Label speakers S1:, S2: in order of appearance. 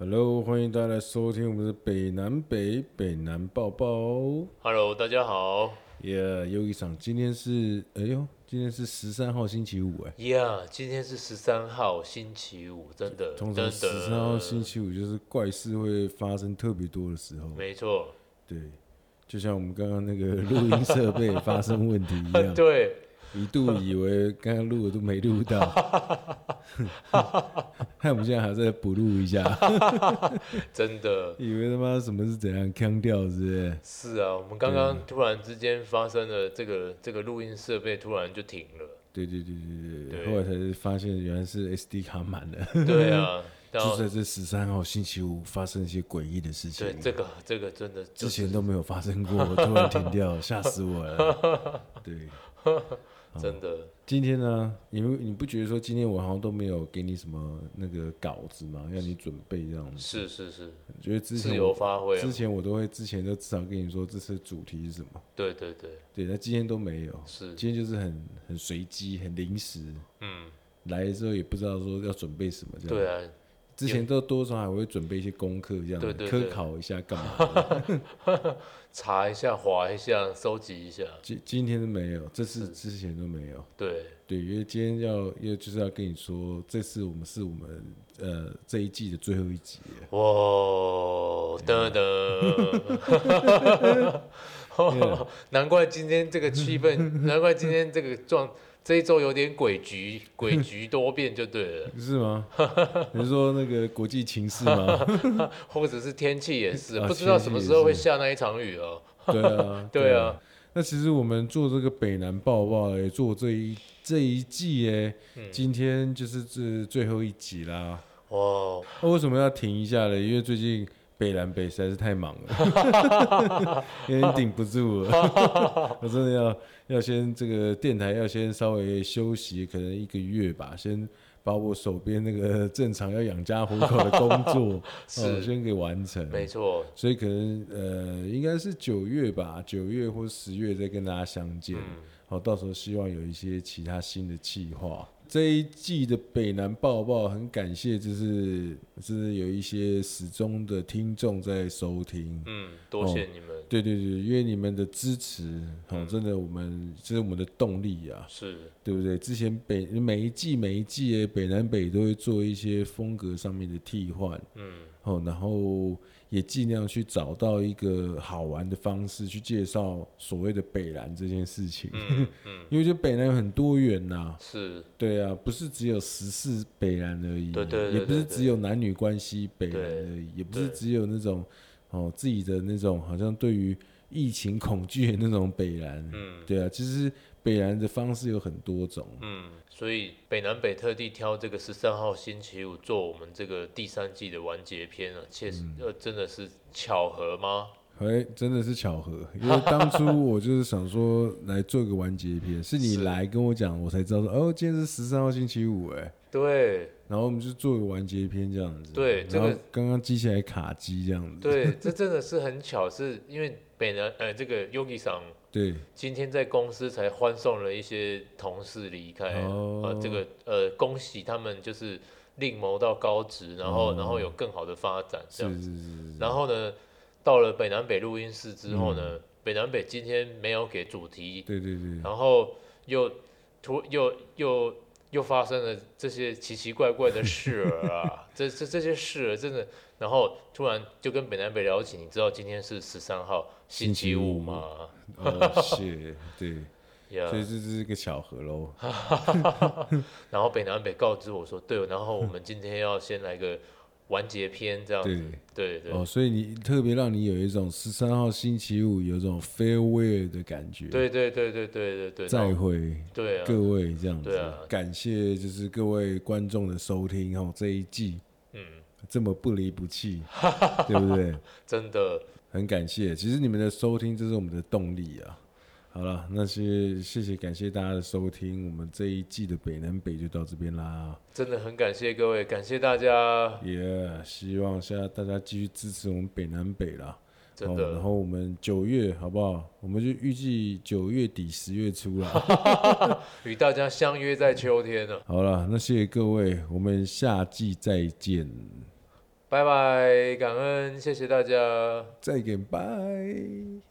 S1: Hello，欢迎大家来收听我们的北南北北南抱抱。
S2: Hello，大家好。
S1: Yeah，又一场，今天是哎呦，今天是十三号星期五哎，
S2: Yeah，今天是十三号星期五，真的，
S1: 通
S2: 真
S1: 常十三号
S2: 的，
S1: 星期五就是怪事会发生特别多的时候，
S2: 没错，
S1: 对，就像我们刚刚那个录音设备发生问题一样，
S2: 对，
S1: 一度以为刚刚录的都没录到， 害我们现在还在补录一下，
S2: 真的
S1: 以为他妈什么是怎样腔调是不是？
S2: 是啊。我们刚刚突然之间发生了这个这个录音设备突然就停 了，
S1: 对对对对对对，
S2: 对
S1: 后来才发现原来是 SD 卡满了。
S2: 对啊， 然
S1: 就
S2: 后
S1: 在这十三号星期五发生一些诡异的事情
S2: 对，这个这个真的就
S1: 之前都没有发 生过，突然停掉，吓死我了。对，啊
S2: 真的
S1: 今天呢，你不你不觉得说今天我好像都没有给你什么那个稿子嘛，要你准备这样子？
S2: 是是是
S1: 觉得之
S2: 自
S1: 前
S2: 由
S1: 我
S2: 发挥啊，
S1: 之前我都会之前都至少跟你说这次主题是什么，
S2: 对对对，
S1: 对，那今天都没有，
S2: 是
S1: 今天就是很很随机、很临时，
S2: 嗯，
S1: 来的时候也不知道说要准备什么这样。
S2: 对啊，
S1: 之前都多少还会准备一些功课这样子，
S2: 对对
S1: 科
S2: 对
S1: 考一下干嘛 的？
S2: 查一下，划一下，收集一下，
S1: 今今天都没有，这次之前都没有。
S2: 对，
S1: 对，因为今天要要就是要跟你说，这次我们是我们呃这一季的最后一集了，
S2: 哇，噔噔， 难怪今天这个气氛，难怪今天这个状，这一周有点诡局，诡局多变就 对了，
S1: 是吗？你是说那个国际情势吗？
S2: 或者是天气也是，
S1: 啊
S2: 不知道什么时候会下那一场雨哦。
S1: 对啊，
S2: 对啊，
S1: 那其实我们做这个北南报报，也做这一这一季哎，
S2: 嗯
S1: 今天就是这最后一集啦。
S2: 哇，
S1: 那啊为什么要停一下呢？因为最近北南北实在是太忙了， 有点顶不住了。 我真的要要先这个电台要先稍微休息，可能一个月吧，先把我手边那个 正常要养家糊口的工 作，
S2: 是
S1: 哦、先给完成。
S2: 没错，
S1: 所以可能呃，应该是九月吧，九月或十月再跟大家相见。
S2: 嗯
S1: 好、到时候希望有一些其他新的计划。这一季的北南报报很感谢，就是就是有一些始终的听众在收听。
S2: 嗯，多谢你们，
S1: 对对对，因为你们的支持，好、真的我们这是我们的动力啊。
S2: 是
S1: 对不对？之前北每一季每一季的北南北都会做一些风格上面的替换，嗯，哦，然后也尽量去找到一个好玩的方式去介绍所谓的北南这件事情，
S2: 嗯
S1: 因为就北南有很多元呐、
S2: 是，
S1: 对啊，不是只有时事北南而已，
S2: 对对
S1: 也
S2: 对
S1: 不是
S2: 对对
S1: 只有男女关系北南
S2: 对
S1: 而已，也不是只有那种哦自己的那种好像对于疫情恐惧的那种北南，
S2: 嗯
S1: 对啊，其实北南的方式有很多种。
S2: 嗯，所以北南北特地挑这个十三号星期五做我们这个第三季的完结篇啊，确实，呃，真的是巧合吗？
S1: 哎、真的是巧 合，因为当初我就是想说来做个完结篇，是你
S2: 是
S1: 来跟我讲，我才知道说，哦，今天是十三号星期五，哎，
S2: 对，
S1: 然后我们就做个完结篇这样子。
S2: 对这
S1: 然后
S2: 个
S1: 刚刚机器还卡机这样子。
S2: 对， 这真的是很巧，是因为北南呃，这个 Yogi 桑
S1: 对
S2: 今天在公司才欢送了一些同事离开，
S1: 哦
S2: 呃，这个呃，恭喜他们就是另谋到高职，然后、然后有更好的发展这
S1: 哦
S2: 样
S1: 是
S2: 子。
S1: 是是是，
S2: 然后呢，到了北南北录音室之后呢，
S1: 嗯
S2: 北南北今天没有给主题，
S1: 对对对，
S2: 然后又突又又又发生了这些奇奇怪怪的事 儿啊，这这这些事儿真的，然后突然就跟北南北聊起，你知道今天是十三号星
S1: 星期
S2: 期
S1: 五
S2: 五吗？
S1: 哦，是，对，
S2: 呀、
S1: 所以这是个巧合 喽。
S2: 然后北南北告知我说，对，然后我们今天要先来个完结篇，这样子，
S1: 对，
S2: 对对
S1: 哦，所以你特别让你有一种十三号星期五有一种 farewell 的感觉，，
S2: 对对对对对对对，然
S1: 再
S2: 后
S1: 会。
S2: 对啊，
S1: 各位这样子，
S2: 对啊
S1: 感谢就是各位观众的收听哦，这一季
S2: 嗯，
S1: 这么不离不弃，对不对？
S2: 真的
S1: 很感谢，其实你们的收听这是我们的动力啊。好了，那些谢谢感谢大家的收听，我们这一季的北南北就到这边啦，
S2: 真的很感谢各位，感谢大家，
S1: 也、希望现在大家继续支持我们北南北啦。
S2: 真
S1: 哦，然
S2: 的
S1: 后我们九月好不好？我们就预计九月底十月初啦。
S2: 与大家相约在秋天呢、啊
S1: 好了，那谢谢各位，我们下季再见。
S2: 拜拜，感恩，谢谢大家。
S1: 再见，拜。